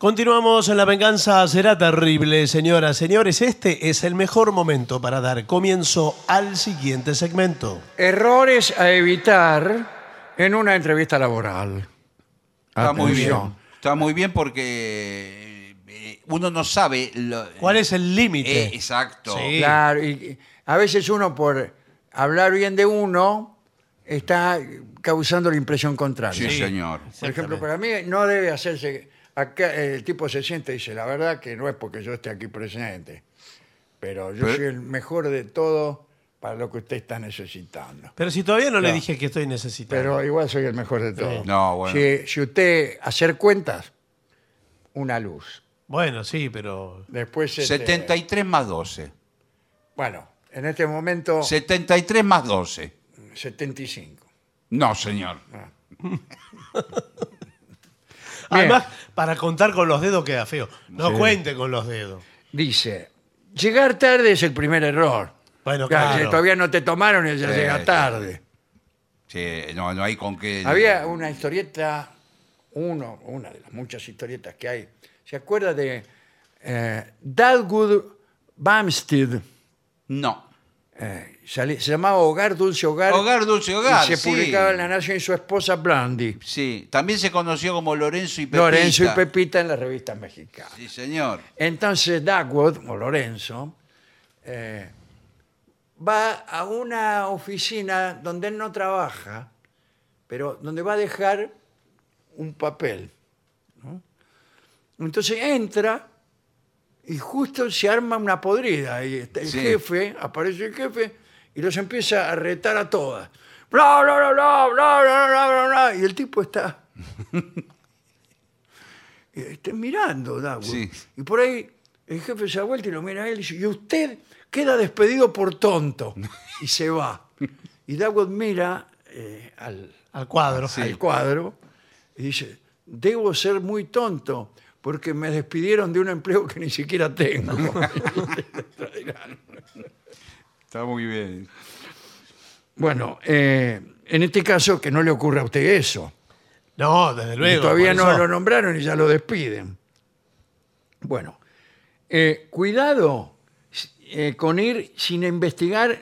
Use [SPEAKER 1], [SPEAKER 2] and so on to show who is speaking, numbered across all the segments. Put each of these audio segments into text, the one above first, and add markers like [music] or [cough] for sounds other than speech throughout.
[SPEAKER 1] Continuamos en La Venganza Será Terrible, señoras, señores. Este es el mejor momento para dar comienzo al siguiente segmento.
[SPEAKER 2] Errores a evitar en una entrevista laboral.
[SPEAKER 1] Ah,
[SPEAKER 3] Está Ah, muy bien.
[SPEAKER 2] Atención.
[SPEAKER 3] Está muy bien porque eh, uno no sabe. lo-
[SPEAKER 1] ¿Cuál es el límite?
[SPEAKER 3] Eh, exacto.
[SPEAKER 1] Sí.
[SPEAKER 2] Claro, y a veces uno por hablar bien de uno está causando la impresión contraria.
[SPEAKER 3] Sí, señor.
[SPEAKER 2] Por ejemplo, para mí no debe hacerse... Acá eh, el tipo se siente y dice, la verdad que no es porque yo esté aquí presente, pero yo
[SPEAKER 3] Pero-
[SPEAKER 2] soy el mejor de todo para lo que usted está necesitando.
[SPEAKER 1] Pero si todavía no le
[SPEAKER 2] Claro.
[SPEAKER 1] dije que estoy necesitado.
[SPEAKER 2] Pero igual soy el mejor de todo.
[SPEAKER 3] No, bueno.
[SPEAKER 2] si, si usted hacer cuentas, una luz.
[SPEAKER 1] Bueno, sí, pero.
[SPEAKER 2] Después... este,
[SPEAKER 3] 73 más 12.
[SPEAKER 2] Bueno, en este momento
[SPEAKER 3] 73 más 12.
[SPEAKER 2] 75.
[SPEAKER 3] No, señor.
[SPEAKER 1] Además, para contar con los dedos queda feo. No cuente con los dedos.
[SPEAKER 2] Dice, llegar tarde es el primer error.
[SPEAKER 1] Bueno,
[SPEAKER 2] Claro,
[SPEAKER 1] claro.
[SPEAKER 2] si todavía no te tomaron y ya
[SPEAKER 3] Sí,
[SPEAKER 2] llega
[SPEAKER 3] sí.
[SPEAKER 2] tarde.
[SPEAKER 3] Sí, no, no hay con qué.
[SPEAKER 2] Había una historieta, uno, una de las muchas historietas que hay. ¿Se acuerda de eh, Dalwood Bamstead?
[SPEAKER 3] No.
[SPEAKER 2] Eh, sale- se llamaba Hogar Dulce Hogar.
[SPEAKER 3] Hogar, dulce hogar.
[SPEAKER 2] Y se
[SPEAKER 3] sí.
[SPEAKER 2] publicaba en La Nación y su esposa Blondie.
[SPEAKER 3] Sí, también se conoció como Lorenzo y Pepita.
[SPEAKER 2] Lorenzo y Pepita en las revistas mexicanas.
[SPEAKER 3] Sí, señor.
[SPEAKER 2] Entonces Dagwood, o Lorenzo, eh, va a una oficina donde él no trabaja, pero donde va a dejar un papel. ¿no? Entonces entra y justo se arma una podrida. Y está el
[SPEAKER 3] Sí.
[SPEAKER 2] jefe, aparece el jefe y los empieza a retar a todas. Bla, bla, bla, bla, bla, bla, bla, bla, bla. Y el tipo está eh, esté mirando, Dagwood.
[SPEAKER 3] Sí.
[SPEAKER 2] Y por ahí el jefe se da vuelta y lo mira a él y dice, y usted queda despedido por tonto. Y se va. Y Dagwood mira eh, al,
[SPEAKER 1] Al cuadro.
[SPEAKER 2] al cuadro y dice, debo ser muy tonto porque me despidieron de un empleo que ni siquiera tengo.
[SPEAKER 3] Está muy bien.
[SPEAKER 2] bueno, eh, en este caso que no le ocurra a usted eso.
[SPEAKER 1] No, desde
[SPEAKER 2] Y
[SPEAKER 1] luego.
[SPEAKER 2] todavía
[SPEAKER 1] por
[SPEAKER 2] no
[SPEAKER 1] eso.
[SPEAKER 2] lo nombraron y ya lo despiden. Bueno, eh, cuidado eh, con ir sin investigar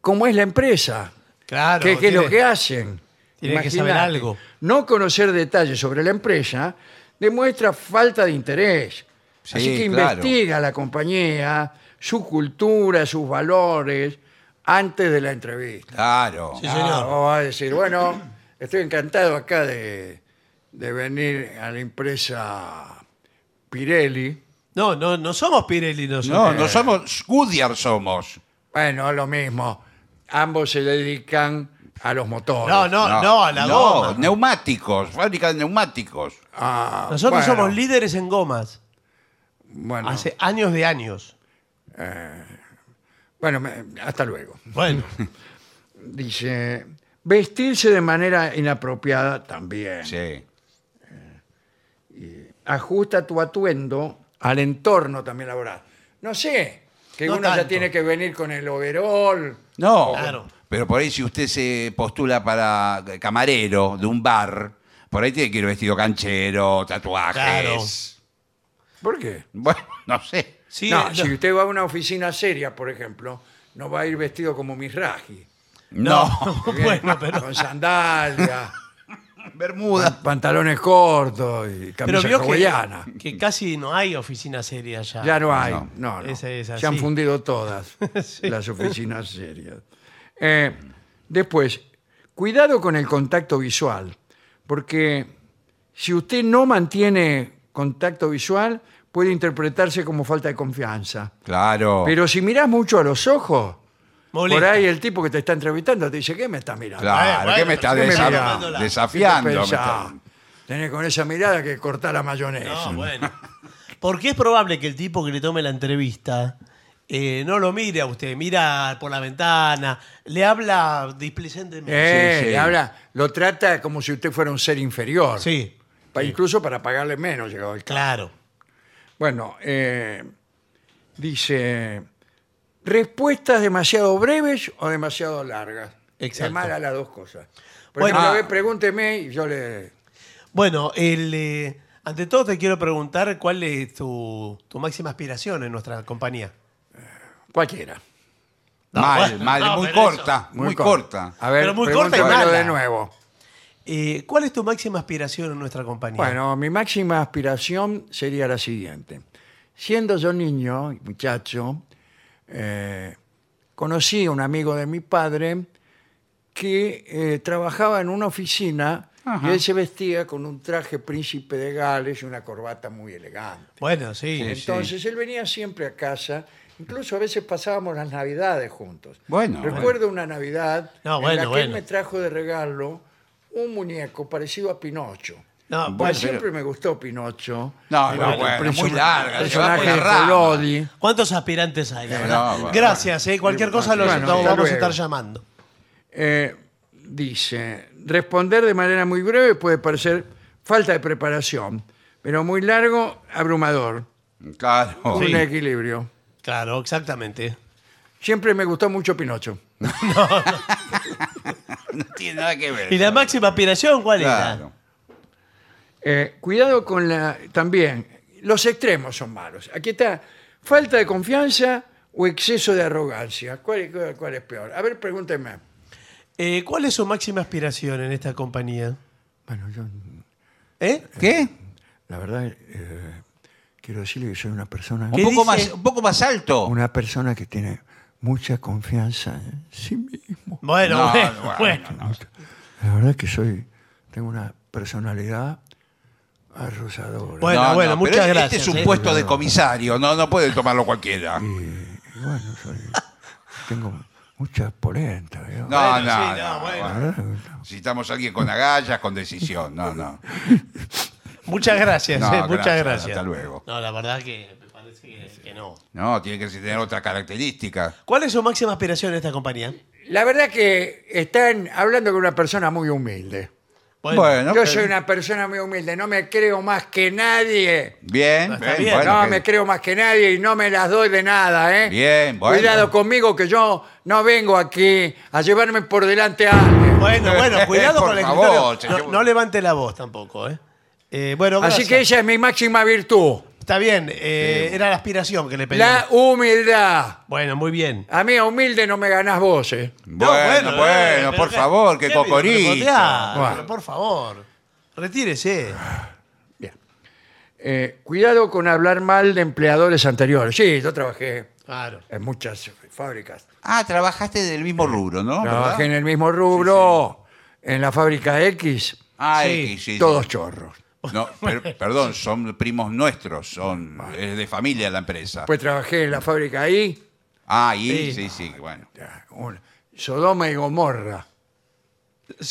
[SPEAKER 2] cómo es la empresa,
[SPEAKER 1] Claro.
[SPEAKER 2] qué, qué es lo
[SPEAKER 1] tiene-
[SPEAKER 2] que hacen.
[SPEAKER 1] tiene que saber
[SPEAKER 2] Imaginate,
[SPEAKER 1] algo.
[SPEAKER 2] No conocer detalles sobre la empresa demuestra falta de interés.
[SPEAKER 3] Sí,
[SPEAKER 2] Así que
[SPEAKER 3] claro.
[SPEAKER 2] investiga la compañía, su cultura, sus valores, antes de la entrevista.
[SPEAKER 3] Claro.
[SPEAKER 1] Sí, señor.
[SPEAKER 2] Ah, vamos a decir, bueno, estoy encantado acá de, de venir a la empresa Pirelli.
[SPEAKER 1] No, no, no somos Pirelli
[SPEAKER 3] No,
[SPEAKER 1] nosotros.
[SPEAKER 3] no somos. Goodyear somos.
[SPEAKER 2] Bueno, lo mismo. Ambos se dedican a los motores.
[SPEAKER 1] No, no, no, a la
[SPEAKER 3] no,
[SPEAKER 1] goma.
[SPEAKER 3] neumáticos, fábrica de neumáticos.
[SPEAKER 2] Ah,
[SPEAKER 1] Nosotros
[SPEAKER 2] bueno,
[SPEAKER 1] somos líderes en gomas.
[SPEAKER 2] Bueno,
[SPEAKER 1] Hace años de años.
[SPEAKER 2] bueno, me- hasta luego.
[SPEAKER 1] Bueno,
[SPEAKER 2] Dice, vestirse de manera inapropiada también.
[SPEAKER 3] Sí.
[SPEAKER 2] Ajusta tu atuendo al entorno también laboral. No sé, que
[SPEAKER 1] No
[SPEAKER 2] uno ya
[SPEAKER 1] tanto.
[SPEAKER 2] tiene que venir con el overol.
[SPEAKER 3] No.
[SPEAKER 1] Claro.
[SPEAKER 3] Pero por ahí si usted se postula para camarero de un bar, por ahí tiene que ir vestido canchero, tatuajes.
[SPEAKER 2] ¿Por qué?
[SPEAKER 3] Bueno, no sé.
[SPEAKER 1] sí, eh,
[SPEAKER 2] no,
[SPEAKER 1] no.
[SPEAKER 2] si usted va a una oficina seria, por ejemplo, no va a ir vestido como Misraji.
[SPEAKER 3] No. [laughs]
[SPEAKER 1] [laughs] bueno, pero,
[SPEAKER 2] Con sandalias, [laughs]
[SPEAKER 3] Bermuda.
[SPEAKER 2] pantalones cortos y
[SPEAKER 1] pero
[SPEAKER 2] camisa
[SPEAKER 1] vio
[SPEAKER 2] hawaiana.
[SPEAKER 1] que, que casi no hay oficina seria ya.
[SPEAKER 2] Ya no hay. No,
[SPEAKER 3] No.
[SPEAKER 2] no.
[SPEAKER 1] Esa es
[SPEAKER 2] Se han
[SPEAKER 1] así.
[SPEAKER 2] fundido
[SPEAKER 1] [laughs]
[SPEAKER 2] todas las oficinas serias. Eh, después, cuidado con el contacto visual, porque si usted no mantiene contacto visual, puede interpretarse como falta de confianza.
[SPEAKER 3] Claro.
[SPEAKER 1] Oh.
[SPEAKER 2] Pero si mirás mucho a los ojos,
[SPEAKER 1] Molesta.
[SPEAKER 2] Por ahí el tipo que te está entrevistando te dice, ¿qué me está mirando?
[SPEAKER 3] claro,
[SPEAKER 1] Ah, Bueno,
[SPEAKER 3] ¿qué me está
[SPEAKER 1] ¿qué me
[SPEAKER 3] desa-
[SPEAKER 1] mirá?
[SPEAKER 2] ¿Qué te
[SPEAKER 3] desafiando? Me
[SPEAKER 2] pensás?
[SPEAKER 3] está-
[SPEAKER 2] Tenés con esa mirada que cortar la mayonesa.
[SPEAKER 1] No, bueno. Porque es probable que el tipo que le tome la entrevista eh, no lo mire a usted, mira por la ventana, le habla displicentemente.
[SPEAKER 2] Eh,
[SPEAKER 3] Sí, sí.
[SPEAKER 2] le habla- lo trata como si usted fuera un ser inferior.
[SPEAKER 1] Sí,
[SPEAKER 2] Pa- Incluso para pagarle menos, llegado el caso.
[SPEAKER 1] claro.
[SPEAKER 2] Bueno, eh, dice, respuestas demasiado breves o demasiado largas.
[SPEAKER 1] Exacto.
[SPEAKER 2] Es mala las dos cosas. Por
[SPEAKER 1] Bueno.
[SPEAKER 2] ejemplo, a
[SPEAKER 1] Ah.
[SPEAKER 2] ver, pregúnteme y yo le...
[SPEAKER 1] Bueno, el, eh, Ante todo te quiero preguntar cuál es tu, tu máxima aspiración en nuestra compañía.
[SPEAKER 2] Cualquiera.
[SPEAKER 1] No,
[SPEAKER 3] mal,
[SPEAKER 1] bueno,
[SPEAKER 3] mal,
[SPEAKER 1] no,
[SPEAKER 3] muy
[SPEAKER 1] pero
[SPEAKER 3] corta, muy, corta.
[SPEAKER 2] A ver,
[SPEAKER 1] Pero muy corta y
[SPEAKER 2] pregúntamelo
[SPEAKER 1] mala.
[SPEAKER 2] de nuevo.
[SPEAKER 1] Eh, ¿Cuál es tu máxima aspiración en nuestra compañía?
[SPEAKER 2] Bueno, mi máxima aspiración sería la siguiente. Siendo yo niño, muchacho, eh, conocí a un amigo de mi padre que eh, trabajaba en una oficina y él se vestía con un traje príncipe de Gales y una corbata muy elegante.
[SPEAKER 1] Bueno, sí.
[SPEAKER 3] Sí.
[SPEAKER 2] Entonces él venía siempre a casa, incluso a veces pasábamos las navidades juntos.
[SPEAKER 3] Bueno,
[SPEAKER 2] Recuerdo una navidad
[SPEAKER 1] No,
[SPEAKER 2] en
[SPEAKER 1] bueno,
[SPEAKER 2] la que él
[SPEAKER 1] bueno.
[SPEAKER 2] me trajo de regalo un muñeco parecido a Pinocho.
[SPEAKER 1] No,
[SPEAKER 2] Pues
[SPEAKER 3] Ah, Bueno,
[SPEAKER 2] siempre
[SPEAKER 3] pero-
[SPEAKER 2] me gustó Pinocho.
[SPEAKER 3] No,
[SPEAKER 2] Eh,
[SPEAKER 3] no,
[SPEAKER 2] el
[SPEAKER 3] bueno,
[SPEAKER 2] persona-
[SPEAKER 3] muy larga, se va
[SPEAKER 2] Personaje
[SPEAKER 3] por la
[SPEAKER 2] de
[SPEAKER 3] rama.
[SPEAKER 2] Collodi.
[SPEAKER 1] ¿Cuántos aspirantes hay? la
[SPEAKER 3] Eh,
[SPEAKER 1] verdad?
[SPEAKER 3] no, bueno.
[SPEAKER 1] Gracias, eh, cualquier cosa los
[SPEAKER 2] Bueno,
[SPEAKER 1] estamos-
[SPEAKER 2] hasta
[SPEAKER 1] vamos a
[SPEAKER 2] luego.
[SPEAKER 1] estar llamando.
[SPEAKER 2] Eh, dice, responder de manera muy breve puede parecer falta de preparación, pero muy largo, abrumador.
[SPEAKER 3] Claro.
[SPEAKER 2] Un equilibrio.
[SPEAKER 1] Claro, exactamente. [laughs]
[SPEAKER 2] Siempre me gustó mucho Pinocho.
[SPEAKER 3] [laughs] No tiene nada que ver.
[SPEAKER 1] ¿Y la máxima aspiración cuál
[SPEAKER 3] Claro.
[SPEAKER 2] Eh, cuidado con la. También, los extremos son malos. Aquí está: falta de confianza o exceso de arrogancia. ¿Cuál, cuál- cuál es peor? A ver, pregúnteme.
[SPEAKER 1] era? Eh, ¿Cuál es su máxima aspiración en esta compañía?
[SPEAKER 2] Bueno, yo,
[SPEAKER 1] ¿Eh?
[SPEAKER 3] ¿Qué?
[SPEAKER 2] la verdad, eh, quiero decirle que soy una persona.
[SPEAKER 1] ¿Qué
[SPEAKER 3] Un poco,
[SPEAKER 1] dice?
[SPEAKER 3] más, un poco más alto.
[SPEAKER 2] Una persona que tiene mucha confianza en sí mismo.
[SPEAKER 1] Bueno,
[SPEAKER 3] No,
[SPEAKER 1] bueno,
[SPEAKER 3] bueno,
[SPEAKER 1] bueno.
[SPEAKER 2] La verdad que soy. Tengo una personalidad arrosadora.
[SPEAKER 1] Bueno, bueno,
[SPEAKER 3] pero
[SPEAKER 1] muchas
[SPEAKER 3] este-
[SPEAKER 1] gracias,
[SPEAKER 3] Este es un
[SPEAKER 1] ¿eh?
[SPEAKER 3] puesto de comisario, no, no puede tomarlo cualquiera. No,
[SPEAKER 2] Y bueno, soy- tengo muchas polentas. ¿no?
[SPEAKER 3] no,
[SPEAKER 1] sí,
[SPEAKER 3] no,
[SPEAKER 1] no, bueno.
[SPEAKER 3] bueno. Necesitamos a alguien con agallas, con decisión. No,
[SPEAKER 1] [laughs]
[SPEAKER 3] no.
[SPEAKER 1] Muchas gracias,
[SPEAKER 3] No,
[SPEAKER 1] eh, muchas
[SPEAKER 3] gracias,
[SPEAKER 1] gracias.
[SPEAKER 3] hasta luego.
[SPEAKER 1] No, la verdad que me parece que, que no.
[SPEAKER 3] No, tiene que tener otra característica.
[SPEAKER 1] ¿Cuál es su máxima aspiración en esta compañía?
[SPEAKER 2] La verdad que están hablando con una persona muy humilde.
[SPEAKER 1] Bueno,
[SPEAKER 2] Yo soy una persona muy humilde, no me creo más que nadie.
[SPEAKER 3] Bien,
[SPEAKER 1] No, está
[SPEAKER 3] bien,
[SPEAKER 1] bien.
[SPEAKER 3] bueno,
[SPEAKER 2] no
[SPEAKER 3] que-
[SPEAKER 2] me creo más que nadie y no me las doy de nada, ¿eh?
[SPEAKER 3] Bien, bueno.
[SPEAKER 2] Cuidado conmigo que yo no vengo aquí a llevarme por delante a alguien.
[SPEAKER 1] bueno, bueno, cuidado
[SPEAKER 3] [laughs] Por
[SPEAKER 1] con el
[SPEAKER 3] favor,
[SPEAKER 1] escritorio.
[SPEAKER 3] señor.
[SPEAKER 1] no, no levante la voz tampoco, ¿eh? Eh, bueno,
[SPEAKER 2] Así
[SPEAKER 1] gracias.
[SPEAKER 2] que esa es mi máxima virtud,
[SPEAKER 1] Está bien, eh, era la aspiración que le pedí.
[SPEAKER 2] la humildad.
[SPEAKER 1] Bueno, muy bien.
[SPEAKER 2] A mí humilde no me ganás vos, ¿eh?
[SPEAKER 1] No,
[SPEAKER 3] Bueno, bueno,
[SPEAKER 1] eh, pero
[SPEAKER 3] por
[SPEAKER 1] qué-
[SPEAKER 3] favor, que
[SPEAKER 1] qué vino
[SPEAKER 3] cocorito.
[SPEAKER 1] repoteado,
[SPEAKER 2] Bueno.
[SPEAKER 1] pero por favor, retírese.
[SPEAKER 2] Bien. Eh, cuidado con hablar mal de empleadores anteriores. Sí, yo trabajé
[SPEAKER 1] Claro.
[SPEAKER 2] en muchas fábricas.
[SPEAKER 3] Ah, trabajaste del mismo rubro, ¿no?
[SPEAKER 2] Trabajé
[SPEAKER 3] Ah, ¿Verdad?
[SPEAKER 2] en el mismo rubro, en la fábrica X,
[SPEAKER 3] Ah,
[SPEAKER 1] Sí,
[SPEAKER 3] X, sí, sí.
[SPEAKER 2] todos chorros.
[SPEAKER 1] [laughs]
[SPEAKER 3] No, per- perdón, son primos nuestros, son es de familia la empresa.
[SPEAKER 2] Después trabajé en la fábrica Y,
[SPEAKER 3] Ah, y
[SPEAKER 1] Pues, Sí.
[SPEAKER 3] sí, sí, bueno.
[SPEAKER 2] ya, un- Sodoma y Gomorra.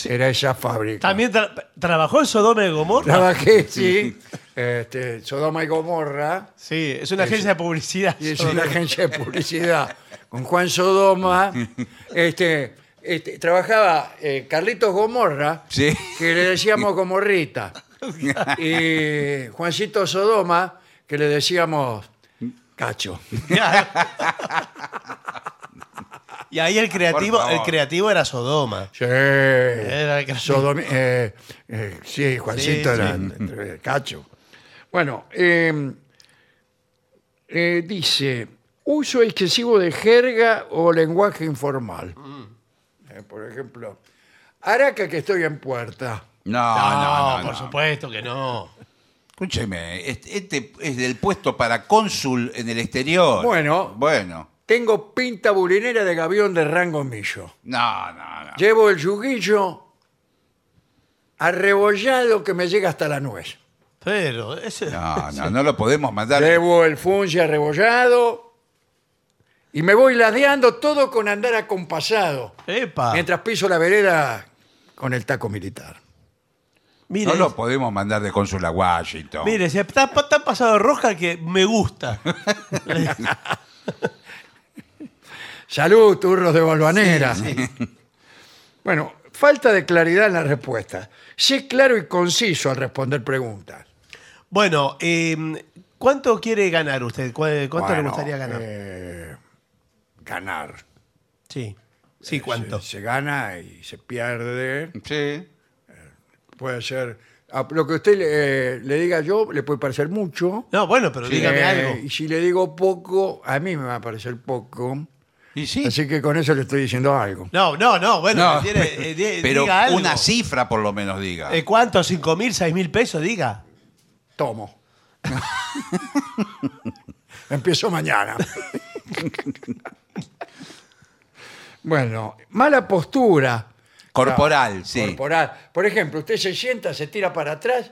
[SPEAKER 2] Era esa fábrica.
[SPEAKER 1] También tra- trabajó en Sodoma y Gomorra.
[SPEAKER 3] [laughs]
[SPEAKER 2] trabajé, sí. este, Sodoma y Gomorra.
[SPEAKER 1] sí, es una agencia de publicidad.
[SPEAKER 2] Y es
[SPEAKER 1] Sodoma.
[SPEAKER 2] una agencia de publicidad con Juan Sodoma. Este, este, trabajaba eh, Carlitos Gomorra,
[SPEAKER 3] Sí.
[SPEAKER 2] que le decíamos Gomorrita. Y Juancito Sodoma, que le decíamos Cacho.
[SPEAKER 1] Claro. y ahí el creativo,
[SPEAKER 3] Por favor.
[SPEAKER 1] el creativo era Sodoma.
[SPEAKER 2] Sí.
[SPEAKER 1] el Cacho.
[SPEAKER 2] Sodom- eh, eh, sí, Juancito
[SPEAKER 1] Sí,
[SPEAKER 2] era
[SPEAKER 1] sí.
[SPEAKER 2] eh, Cacho. Bueno, eh, eh, dice, uso excesivo de jerga o lenguaje informal.
[SPEAKER 1] Mm.
[SPEAKER 2] Eh, por ejemplo, Araca que estoy en puerta.
[SPEAKER 3] No, no, no,
[SPEAKER 1] por
[SPEAKER 3] no.
[SPEAKER 1] supuesto que no.
[SPEAKER 3] Escúcheme, este, este es del puesto para cónsul en el exterior.
[SPEAKER 2] Bueno.
[SPEAKER 3] Bueno.
[SPEAKER 2] Tengo pinta bulinera de gavión de rango millo.
[SPEAKER 3] No, no, no.
[SPEAKER 1] Ah.
[SPEAKER 2] Llevo el yuguillo arrebollado que me llega hasta la nuez.
[SPEAKER 1] Pero ese
[SPEAKER 3] No, no, no lo podemos mandar.
[SPEAKER 2] Llevo el fungi arrebollado y me voy ladeando todo con andar acompasado
[SPEAKER 1] Epa.
[SPEAKER 2] mientras piso la vereda con el taco militar.
[SPEAKER 1] mire,
[SPEAKER 3] No lo podemos mandar de cónsul a Washington.
[SPEAKER 1] mire, se está, está pasado de roja que me gusta.
[SPEAKER 2] Salud, turros de balvanera. [laughs] Bueno, falta de claridad en la respuesta. Sé claro y conciso al responder preguntas.
[SPEAKER 1] bueno, eh, ¿cuánto quiere ganar usted? ¿Cuál- ¿Cuánto le
[SPEAKER 2] Bueno,
[SPEAKER 1] gustaría ganar?
[SPEAKER 2] eh, ganar.
[SPEAKER 3] eh,
[SPEAKER 1] sí. Sí, ¿cuánto?
[SPEAKER 2] Se, se gana y se pierde.
[SPEAKER 3] Sí.
[SPEAKER 2] Puede ser a lo que usted le, eh, le diga yo le puede parecer mucho.
[SPEAKER 1] No, bueno, pero
[SPEAKER 3] Sí.
[SPEAKER 1] dígame
[SPEAKER 2] Eh,
[SPEAKER 1] algo.
[SPEAKER 2] Y si le digo poco, a mí me va a parecer poco.
[SPEAKER 3] Y sí.
[SPEAKER 2] Así que con eso le estoy diciendo algo.
[SPEAKER 1] No, no, no, bueno,
[SPEAKER 3] No,
[SPEAKER 1] tiene-
[SPEAKER 3] [laughs]
[SPEAKER 1] eh, di-
[SPEAKER 3] pero
[SPEAKER 1] diga algo.
[SPEAKER 3] una cifra por lo menos diga.
[SPEAKER 1] Eh, ¿Cuánto? ¿Cinco mil, seis mil pesos? Diga.
[SPEAKER 2] Tomo. [laughs] Empiezo mañana. [laughs] bueno, mala postura.
[SPEAKER 3] Corporal,
[SPEAKER 2] Claro,
[SPEAKER 3] sí.
[SPEAKER 2] Corporal. Por ejemplo, usted se sienta, se tira para atrás,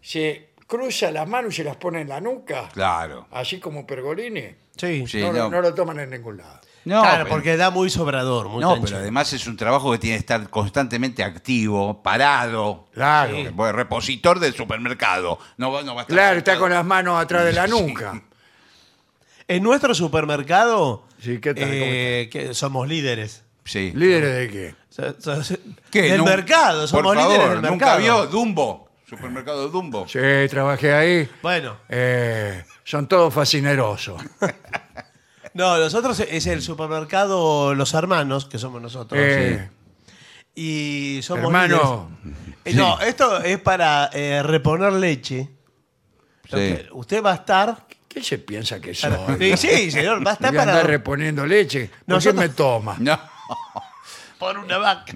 [SPEAKER 2] se cruza las manos y se las pone en la nuca,
[SPEAKER 3] Claro.
[SPEAKER 2] así como Pergolini.
[SPEAKER 1] Sí.
[SPEAKER 3] Sí.
[SPEAKER 2] no, lo-
[SPEAKER 3] no.
[SPEAKER 2] no lo toman en ningún lado.
[SPEAKER 3] No,
[SPEAKER 1] claro,
[SPEAKER 3] pero-
[SPEAKER 1] porque da muy sobrador, muy
[SPEAKER 3] no,
[SPEAKER 1] canchero.
[SPEAKER 3] pero además es un trabajo que tiene que estar constantemente activo, parado.
[SPEAKER 2] Claro.
[SPEAKER 3] Eh, bueno, Repositor del supermercado. No, va- no va a estar
[SPEAKER 2] Claro, está
[SPEAKER 3] sentado.
[SPEAKER 2] con las manos atrás de la
[SPEAKER 3] Sí.
[SPEAKER 2] nuca.
[SPEAKER 1] En nuestro supermercado
[SPEAKER 2] Sí, ¿qué tal? ¿Cómo
[SPEAKER 1] eh, que somos líderes.
[SPEAKER 3] Sí.
[SPEAKER 2] ¿Líderes de qué?
[SPEAKER 1] So- so- so-
[SPEAKER 3] ¿Qué?
[SPEAKER 1] Del
[SPEAKER 3] Nun-
[SPEAKER 1] mercado, somos
[SPEAKER 3] Por favor,
[SPEAKER 1] líderes del mercado.
[SPEAKER 3] Nunca vio Dumbo, supermercado Dumbo.
[SPEAKER 2] Sí, trabajé ahí.
[SPEAKER 1] Bueno,
[SPEAKER 2] Eh, son todos fascinerosos.
[SPEAKER 1] no, nosotros es el supermercado Los Hermanos, que somos nosotros.
[SPEAKER 2] Eh,
[SPEAKER 1] Y somos
[SPEAKER 2] hermano,
[SPEAKER 1] líderes. Eh, No, esto es para eh, reponer leche. Lo
[SPEAKER 3] Sí.
[SPEAKER 1] que- Usted va a estar.
[SPEAKER 2] ¿qué se piensa que soy?
[SPEAKER 1] para- Sí, sí, señor, va a estar
[SPEAKER 2] eh, Voy a andar
[SPEAKER 1] para.
[SPEAKER 2] reponiendo leche. ¿Por qué
[SPEAKER 1] Nosotros-
[SPEAKER 2] me toma?
[SPEAKER 3] No,
[SPEAKER 1] Por una vaca.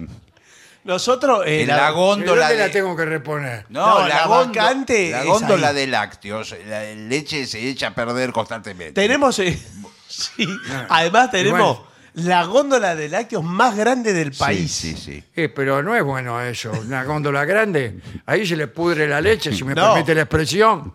[SPEAKER 1] Nosotros. eh,
[SPEAKER 3] en la
[SPEAKER 2] ¿Y
[SPEAKER 3] góndola.
[SPEAKER 2] ¿Dónde la
[SPEAKER 3] de-
[SPEAKER 2] tengo que reponer?
[SPEAKER 3] No,
[SPEAKER 1] No,
[SPEAKER 3] la,
[SPEAKER 1] la
[SPEAKER 3] góndola-
[SPEAKER 1] vacante
[SPEAKER 3] la
[SPEAKER 1] es
[SPEAKER 3] góndola
[SPEAKER 1] ahí.
[SPEAKER 3] de lácteos, la leche se echa a perder constantemente.
[SPEAKER 1] Tenemos. eh, [laughs] sí, además tenemos la góndola de lácteos más grande del
[SPEAKER 3] Sí,
[SPEAKER 1] país.
[SPEAKER 3] Sí, sí.
[SPEAKER 2] Eh, pero no es bueno eso, una góndola grande. Ahí se le pudre la leche, si me
[SPEAKER 1] No.
[SPEAKER 2] permite la expresión.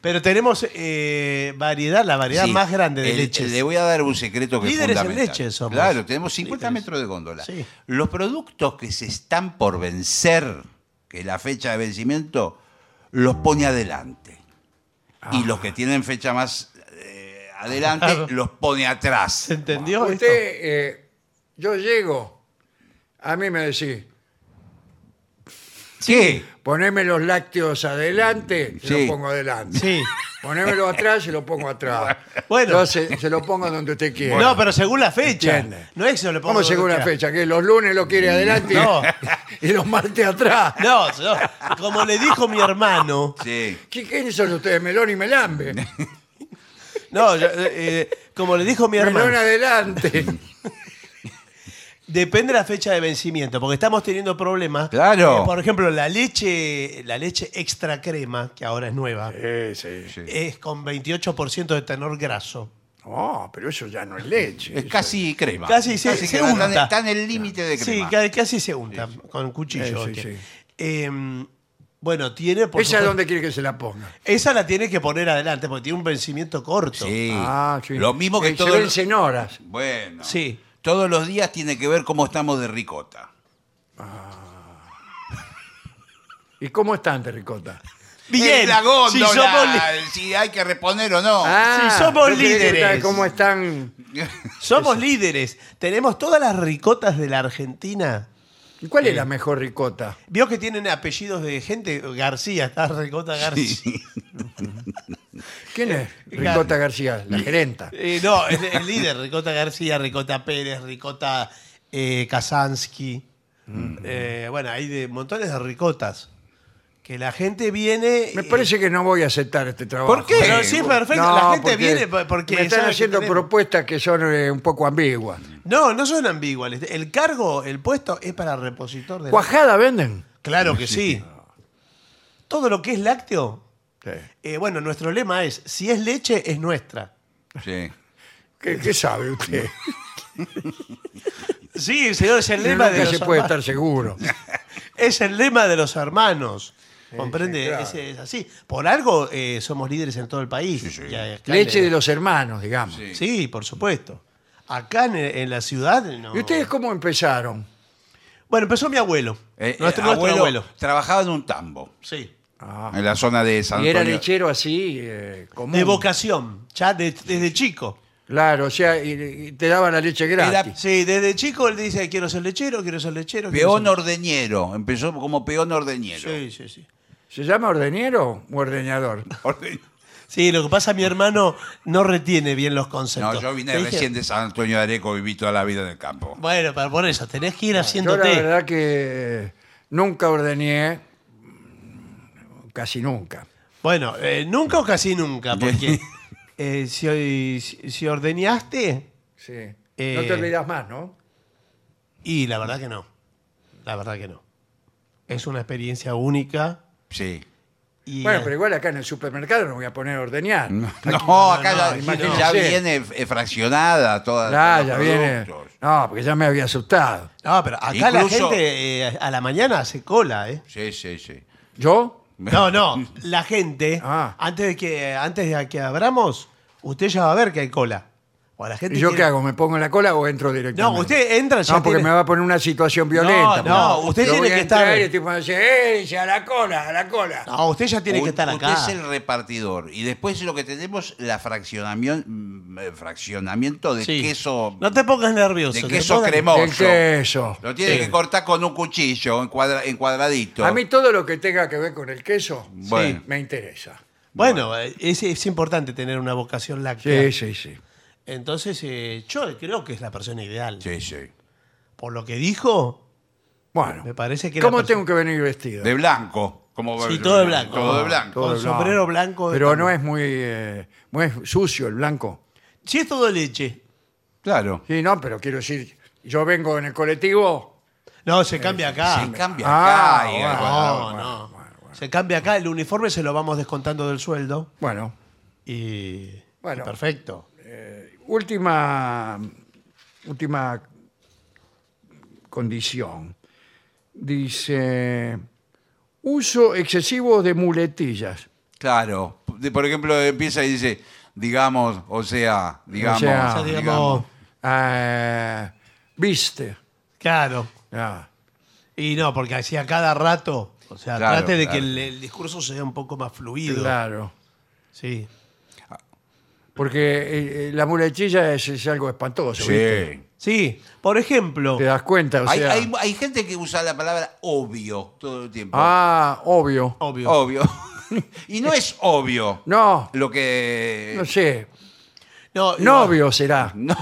[SPEAKER 1] Pero tenemos eh, variedad, la variedad
[SPEAKER 3] Sí,
[SPEAKER 1] más grande de
[SPEAKER 3] el-
[SPEAKER 1] leches.
[SPEAKER 3] Le voy a dar un secreto que
[SPEAKER 1] Líderes en
[SPEAKER 3] es fundamental.
[SPEAKER 1] leche somos.
[SPEAKER 3] Claro, tenemos 50
[SPEAKER 1] Líderes.
[SPEAKER 3] metros de góndola.
[SPEAKER 1] Sí.
[SPEAKER 3] Los productos que se están por vencer, que es la fecha de vencimiento, los pone adelante. Y los que tienen fecha más eh,
[SPEAKER 1] Ah.
[SPEAKER 3] adelante,
[SPEAKER 1] [laughs] Claro.
[SPEAKER 3] los pone atrás.
[SPEAKER 1] ¿Se entendió?
[SPEAKER 2] Usted, eh, yo llego, a mí me decís,
[SPEAKER 3] ¿Qué?
[SPEAKER 2] poneme los lácteos adelante, se
[SPEAKER 3] Sí.
[SPEAKER 2] los pongo adelante.
[SPEAKER 1] esto? Sí.
[SPEAKER 2] [laughs] Ponémelo atrás, se lo pongo atrás.
[SPEAKER 1] Bueno.
[SPEAKER 2] Yo se, se lo pongo donde usted quiera.
[SPEAKER 1] no, pero según la fecha.
[SPEAKER 2] Entiende.
[SPEAKER 1] No es que se lo pongo
[SPEAKER 2] ¿Cómo según la
[SPEAKER 1] otra.
[SPEAKER 2] fecha? Que los lunes lo quiere adelante y-
[SPEAKER 1] No.
[SPEAKER 2] y los martes atrás.
[SPEAKER 1] No, no, como le dijo mi hermano.
[SPEAKER 3] Sí.
[SPEAKER 2] ¿Qué- ¿Quiénes son ustedes? Melón y Melambe.
[SPEAKER 1] No, yo, eh, como le dijo mi
[SPEAKER 2] Melón
[SPEAKER 1] hermano.
[SPEAKER 2] adelante.
[SPEAKER 1] Depende de la fecha de vencimiento, porque estamos teniendo problemas. Eh,
[SPEAKER 3] Claro.
[SPEAKER 1] por ejemplo, la leche, la leche extra crema, que ahora es nueva,
[SPEAKER 2] Sí, sí.
[SPEAKER 3] Sí.
[SPEAKER 1] es con 28% de tenor graso.
[SPEAKER 2] Oh, pero eso ya no es leche.
[SPEAKER 3] Es casi crema.
[SPEAKER 1] Casi se- se
[SPEAKER 3] crema. Está en-
[SPEAKER 1] unta.
[SPEAKER 3] Está en el límite de
[SPEAKER 1] Sí,
[SPEAKER 3] crema.
[SPEAKER 1] ca- casi se unta con un cuchillo.
[SPEAKER 2] Eh, sí,
[SPEAKER 1] que-
[SPEAKER 2] sí.
[SPEAKER 1] Em, bueno, tiene por
[SPEAKER 2] ¿Esa es
[SPEAKER 1] supuesto-
[SPEAKER 2] donde quiere que se la ponga?
[SPEAKER 1] Esa la tiene que poner adelante porque tiene un vencimiento corto.
[SPEAKER 3] Sí.
[SPEAKER 2] Ah, sí.
[SPEAKER 3] Lo mismo que
[SPEAKER 2] Eh,
[SPEAKER 3] todo
[SPEAKER 2] Se
[SPEAKER 3] el-
[SPEAKER 2] vencen horas.
[SPEAKER 3] Bueno.
[SPEAKER 1] Sí.
[SPEAKER 3] Todos los días tiene que ver cómo estamos de ricota.
[SPEAKER 2] ¿Y cómo están de ricota?
[SPEAKER 1] Bien,
[SPEAKER 3] Es la góndola,
[SPEAKER 1] si somos, li-
[SPEAKER 3] si hay que reponer o no.
[SPEAKER 2] Ah.
[SPEAKER 1] Sí, somos
[SPEAKER 2] yo quería
[SPEAKER 1] líderes.
[SPEAKER 2] preguntar ¿Cómo están?
[SPEAKER 1] somos líderes, tenemos todas las ricotas de la Argentina.
[SPEAKER 2] ¿Y ¿Cuál es la mejor ricota?
[SPEAKER 1] Vio que tienen apellidos de gente, García, está ricota García.
[SPEAKER 2] ¿Quién es? Ricota García, la gerenta.
[SPEAKER 1] Eh, no, el, el líder, ricota García, ricota Pérez, ricota eh, Kazansky. Eh, bueno, hay de montones de ricotas. Que la gente viene...
[SPEAKER 2] Me
[SPEAKER 1] eh,
[SPEAKER 2] parece que no voy a aceptar este trabajo.
[SPEAKER 3] ¿Por qué?
[SPEAKER 1] Pero sí, perfecto, la
[SPEAKER 2] No,
[SPEAKER 1] gente viene pa- porque...
[SPEAKER 2] me están
[SPEAKER 1] sabe que
[SPEAKER 2] haciendo
[SPEAKER 1] tenemos.
[SPEAKER 2] propuestas que son eh, un poco ambiguas.
[SPEAKER 1] No, no son ambiguas. El cargo, el puesto es para repositor de...
[SPEAKER 2] ¿Cuajada venden?
[SPEAKER 1] Claro que sí. Todo lo que es lácteo,
[SPEAKER 2] Sí.
[SPEAKER 1] eh, bueno, nuestro lema es, si es leche, es nuestra.
[SPEAKER 3] Sí.
[SPEAKER 2] ¿Qué, qué sabe usted?
[SPEAKER 1] Sí, señor, es el lema
[SPEAKER 2] Nunca
[SPEAKER 1] de los
[SPEAKER 2] se puede
[SPEAKER 1] hermanos.
[SPEAKER 2] estar
[SPEAKER 1] [laughs]
[SPEAKER 2] seguro.
[SPEAKER 1] Es el lema de los hermanos. ¿Comprende?
[SPEAKER 2] sí, claro.
[SPEAKER 1] Ese es, así. Por algo eh, somos líderes en todo el país.
[SPEAKER 3] Sí, sí.
[SPEAKER 1] Y acá
[SPEAKER 2] Leche
[SPEAKER 1] en-
[SPEAKER 2] de los hermanos, digamos.
[SPEAKER 3] Sí.
[SPEAKER 1] Sí, por supuesto. Acá en, en la ciudad no.
[SPEAKER 2] ¿Y ustedes cómo empezaron?
[SPEAKER 1] Bueno, empezó mi abuelo.
[SPEAKER 3] Eh, eh,
[SPEAKER 1] nuestro, nuestro abuelo.
[SPEAKER 3] Trabajaba en un tambo,
[SPEAKER 1] Sí.
[SPEAKER 2] Ah.
[SPEAKER 3] en la zona de San
[SPEAKER 2] Y era
[SPEAKER 3] Antonio.
[SPEAKER 2] lechero así, eh, común.
[SPEAKER 1] De vocación, ya de- desde chico.
[SPEAKER 2] Claro, o sea, y, y te daba la leche gratis.
[SPEAKER 1] Sí, desde chico él dice, quiero ser lechero, quiero ser lechero. quiero
[SPEAKER 3] Peón
[SPEAKER 1] ser-
[SPEAKER 3] ordeñero, empezó como peón ordeñero.
[SPEAKER 1] Sí, sí, sí.
[SPEAKER 2] ¿Se llama ordeñero o ordeñador?
[SPEAKER 3] Orde-
[SPEAKER 1] Sí, lo que pasa, mi hermano no retiene bien los conceptos.
[SPEAKER 3] [laughs] No, yo vine
[SPEAKER 1] Te dije,
[SPEAKER 3] recién de San Antonio de Areco, viví toda la vida en el campo.
[SPEAKER 1] Bueno, pero por eso, tenés que ir
[SPEAKER 2] Yo la
[SPEAKER 1] haciéndote.
[SPEAKER 2] verdad que nunca ordeñé. casi nunca.
[SPEAKER 1] Bueno, eh, nunca o casi nunca,
[SPEAKER 3] [laughs]
[SPEAKER 1] porque eh, si, hoy- si- si ordeñaste,
[SPEAKER 2] Sí.
[SPEAKER 1] Eh.
[SPEAKER 2] No te olvidas más, ¿no?
[SPEAKER 1] y la verdad que no. La verdad que no. Es una experiencia única.
[SPEAKER 3] Sí.
[SPEAKER 1] Y
[SPEAKER 2] Bueno, pero igual acá en el supermercado no voy a poner a ordeñar.
[SPEAKER 3] No,
[SPEAKER 1] no,
[SPEAKER 3] acá
[SPEAKER 1] no,
[SPEAKER 3] ya-
[SPEAKER 1] imagínese.
[SPEAKER 3] ya, viene eh, fraccionada toda
[SPEAKER 2] Ah,
[SPEAKER 3] todos
[SPEAKER 2] ya
[SPEAKER 3] los
[SPEAKER 2] viene.
[SPEAKER 3] productos.
[SPEAKER 2] No, porque ya me había asustado.
[SPEAKER 1] No, pero acá la
[SPEAKER 3] Incluso-
[SPEAKER 1] gente eh, a la mañana se cola, ¿eh?
[SPEAKER 3] Sí, sí, sí.
[SPEAKER 2] ¿Yo?
[SPEAKER 1] No, no,
[SPEAKER 3] [laughs]
[SPEAKER 1] la gente,
[SPEAKER 2] Ah.
[SPEAKER 1] antes de que antes de que abramos, usted ya va a ver que hay cola. O la gente
[SPEAKER 2] ¿Y yo
[SPEAKER 1] tiene-
[SPEAKER 2] qué hago? ¿Me pongo en la cola o entro directamente?
[SPEAKER 1] No, usted entra ya
[SPEAKER 2] No, porque
[SPEAKER 1] tiene-
[SPEAKER 2] me va a poner una situación violenta.
[SPEAKER 1] no,
[SPEAKER 2] porque
[SPEAKER 1] usted
[SPEAKER 2] yo
[SPEAKER 1] tiene
[SPEAKER 2] voy a
[SPEAKER 1] que estar-
[SPEAKER 2] entrar y el tipo va a decir, "Ey, ya, a la cola, a la cola!
[SPEAKER 1] No, usted ya tiene
[SPEAKER 3] U-
[SPEAKER 1] que estar
[SPEAKER 3] usted
[SPEAKER 1] acá.
[SPEAKER 3] es el repartidor. Y después lo que tenemos, la fraccionamiento, fraccionamiento de
[SPEAKER 1] Sí.
[SPEAKER 3] queso.
[SPEAKER 1] No te pongas nervioso.
[SPEAKER 3] de
[SPEAKER 1] que
[SPEAKER 3] queso
[SPEAKER 1] pongas-
[SPEAKER 3] cremoso.
[SPEAKER 2] El queso.
[SPEAKER 3] Lo tiene
[SPEAKER 1] Sí.
[SPEAKER 3] que cortar con un cuchillo en, cuadra- en cuadradito.
[SPEAKER 2] A mí todo lo que tenga que ver con el queso
[SPEAKER 3] Bueno.
[SPEAKER 2] me interesa.
[SPEAKER 1] Bueno, eh, es, es importante tener una vocación láctea.
[SPEAKER 2] Sí, sí, sí.
[SPEAKER 1] Entonces, eh, yo creo que es la persona ideal.
[SPEAKER 3] Sí, sí.
[SPEAKER 1] Por lo que dijo,
[SPEAKER 2] Bueno.
[SPEAKER 1] me parece que...
[SPEAKER 2] ¿Cómo
[SPEAKER 1] la persona-
[SPEAKER 2] tengo que venir vestido?
[SPEAKER 3] De blanco. Como
[SPEAKER 1] Sí, todo de blanco.
[SPEAKER 3] Todo de blanco.
[SPEAKER 1] Con
[SPEAKER 2] de
[SPEAKER 1] sombrero blanco de
[SPEAKER 2] Pero
[SPEAKER 1] tambo.
[SPEAKER 2] no es muy, eh, muy sucio el blanco.
[SPEAKER 1] Si es todo leche.
[SPEAKER 3] Claro.
[SPEAKER 2] Sí, no, pero quiero decir, yo vengo en el colectivo.
[SPEAKER 1] No, se cambia acá.
[SPEAKER 3] Se cambia
[SPEAKER 2] Ah,
[SPEAKER 3] acá. y-
[SPEAKER 2] bueno.
[SPEAKER 1] No,
[SPEAKER 2] Bueno,
[SPEAKER 1] no.
[SPEAKER 2] bueno, bueno.
[SPEAKER 1] Se cambia acá, el uniforme se lo vamos descontando del sueldo
[SPEAKER 2] Bueno,
[SPEAKER 1] y,
[SPEAKER 2] Bueno.
[SPEAKER 1] y perfecto.
[SPEAKER 2] última, última condición. Dice, uso excesivo de muletillas.
[SPEAKER 3] Claro. De- Por ejemplo, empieza y dice, digamos, o sea, digamos.
[SPEAKER 2] sea,
[SPEAKER 1] O sea, digamos,
[SPEAKER 3] Ah, digamos.
[SPEAKER 2] Eh, viste.
[SPEAKER 1] claro.
[SPEAKER 2] Ah,
[SPEAKER 1] Y no, porque así a cada rato, o sea,
[SPEAKER 3] Claro,
[SPEAKER 1] trate de
[SPEAKER 3] claro.
[SPEAKER 1] que el, el discurso sea un poco más fluido.
[SPEAKER 2] claro.
[SPEAKER 1] Sí.
[SPEAKER 2] Porque eh, eh, la muletilla es, es algo espantoso. ¿viste?
[SPEAKER 3] Sí.
[SPEAKER 1] Sí, por ejemplo,
[SPEAKER 2] Te das cuenta, o
[SPEAKER 3] Hay,
[SPEAKER 2] sea.
[SPEAKER 3] hay- hay gente que usa la palabra obvio todo el tiempo.
[SPEAKER 2] Ah, obvio.
[SPEAKER 1] obvio.
[SPEAKER 3] Obvio. y no es obvio
[SPEAKER 2] No,
[SPEAKER 3] lo que...
[SPEAKER 2] no sé.
[SPEAKER 1] No, no, [laughs]
[SPEAKER 2] Novio será.
[SPEAKER 3] No.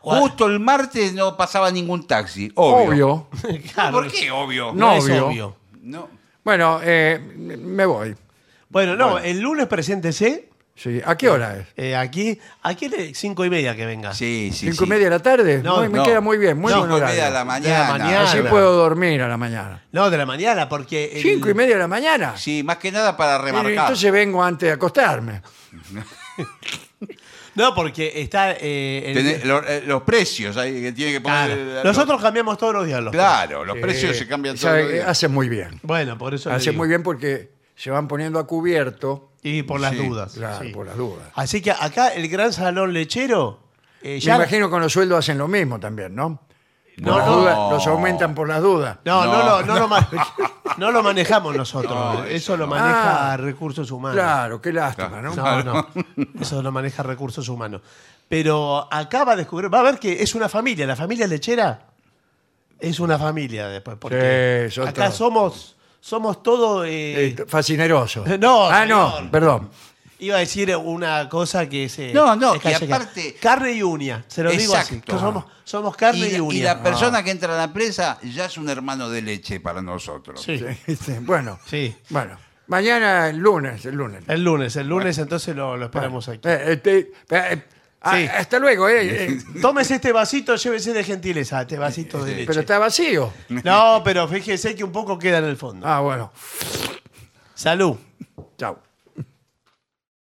[SPEAKER 3] Justo el martes no pasaba ningún taxi. Obvio.
[SPEAKER 2] Obvio.
[SPEAKER 1] claro,
[SPEAKER 3] ¿Por qué obvio?
[SPEAKER 1] No, es
[SPEAKER 2] Novio.
[SPEAKER 1] obvio.
[SPEAKER 3] No.
[SPEAKER 2] Bueno, eh, me voy.
[SPEAKER 1] Bueno, no,
[SPEAKER 3] Bueno.
[SPEAKER 1] el lunes preséntese
[SPEAKER 2] Sí. ¿A qué hora es?
[SPEAKER 1] eh, aquí, aquí es cinco y media que venga.
[SPEAKER 3] Sí, sí.
[SPEAKER 2] ¿Cinco
[SPEAKER 3] sí.
[SPEAKER 2] y media de la tarde?
[SPEAKER 1] No,
[SPEAKER 2] Muy- me
[SPEAKER 3] No.
[SPEAKER 2] queda muy bien, muy
[SPEAKER 3] Cinco
[SPEAKER 2] buen
[SPEAKER 3] y media de
[SPEAKER 2] horario.
[SPEAKER 3] la mañana.
[SPEAKER 1] mañana.
[SPEAKER 2] Así
[SPEAKER 1] Claro.
[SPEAKER 2] puedo dormir a la mañana.
[SPEAKER 1] No, de la mañana, porque... el-
[SPEAKER 2] ¿Cinco y media de la mañana?
[SPEAKER 3] Sí, más que nada para remarcar.
[SPEAKER 2] Y Entonces vengo antes de acostarme.
[SPEAKER 1] No, porque está... eh, el-
[SPEAKER 3] Tené- lo- eh, los precios ahí que tiene que poner.
[SPEAKER 1] Claro.
[SPEAKER 3] eh,
[SPEAKER 1] Nosotros cambiamos todos los días los
[SPEAKER 3] los- claro, los
[SPEAKER 2] Eh,
[SPEAKER 3] precios se cambian todos
[SPEAKER 2] sabe
[SPEAKER 3] los
[SPEAKER 2] que
[SPEAKER 3] días.
[SPEAKER 2] Hace muy bien.
[SPEAKER 1] Bueno, por eso le
[SPEAKER 2] Hace
[SPEAKER 1] digo.
[SPEAKER 2] muy bien porque se van poniendo a cubierto.
[SPEAKER 1] Y por las
[SPEAKER 3] Sí,
[SPEAKER 1] dudas.
[SPEAKER 2] Claro,
[SPEAKER 1] sí.
[SPEAKER 2] por las dudas.
[SPEAKER 1] Así que acá el gran salón lechero... eh,
[SPEAKER 2] Me
[SPEAKER 1] ya-
[SPEAKER 2] imagino con los sueldos hacen lo mismo también, ¿no?
[SPEAKER 1] No,
[SPEAKER 2] Las
[SPEAKER 1] no.
[SPEAKER 2] dudas los aumentan por las dudas.
[SPEAKER 1] No, no,
[SPEAKER 3] No,
[SPEAKER 1] lo, no, Lo, ma- no lo manejamos nosotros.
[SPEAKER 3] No,
[SPEAKER 1] eso lo maneja
[SPEAKER 2] Ah,
[SPEAKER 1] recursos humanos.
[SPEAKER 2] Claro, qué lástima, ¿no?
[SPEAKER 1] No, no.
[SPEAKER 2] [laughs]
[SPEAKER 1] Eso lo maneja recursos humanos. Pero acá va a descubrir, va a ver que es una familia. La familia lechera es una familia después. Porque
[SPEAKER 2] Sí, son
[SPEAKER 1] acá
[SPEAKER 2] todos.
[SPEAKER 1] somos, somos todo. eh,
[SPEAKER 2] Eh, fascineroso.
[SPEAKER 1] [laughs] No,
[SPEAKER 2] Ah, no,
[SPEAKER 1] señor.
[SPEAKER 2] perdón.
[SPEAKER 1] Iba a decir una cosa que es. eh,
[SPEAKER 3] No, no,
[SPEAKER 1] es
[SPEAKER 3] y
[SPEAKER 1] calleja.
[SPEAKER 3] aparte-
[SPEAKER 1] Carne y uña. Se lo digo así.
[SPEAKER 3] Exacto.
[SPEAKER 1] Somos, somos carne y,
[SPEAKER 3] y,
[SPEAKER 1] uña. Ah.
[SPEAKER 3] y la persona que entra a la presa ya es un hermano de leche para nosotros.
[SPEAKER 1] Sí.
[SPEAKER 2] [laughs]
[SPEAKER 3] [laughs]
[SPEAKER 2] Este, Bueno,
[SPEAKER 1] Sí.
[SPEAKER 2] bueno. Mañana, el lunes, el lunes.
[SPEAKER 1] El lunes, el lunes entonces lo, lo esperamos aquí.
[SPEAKER 2] Eh, este, eh, eh, ah,
[SPEAKER 1] Sí.
[SPEAKER 2] Hasta luego, eh, eh,
[SPEAKER 1] Tómese este vasito, llévese de gentileza, este vasito
[SPEAKER 3] [laughs]
[SPEAKER 1] de leche.
[SPEAKER 2] pero está vacío.
[SPEAKER 1] No, pero fíjese que un poco queda en el fondo.
[SPEAKER 2] Ah, bueno.
[SPEAKER 1] Salud.
[SPEAKER 2] Chao.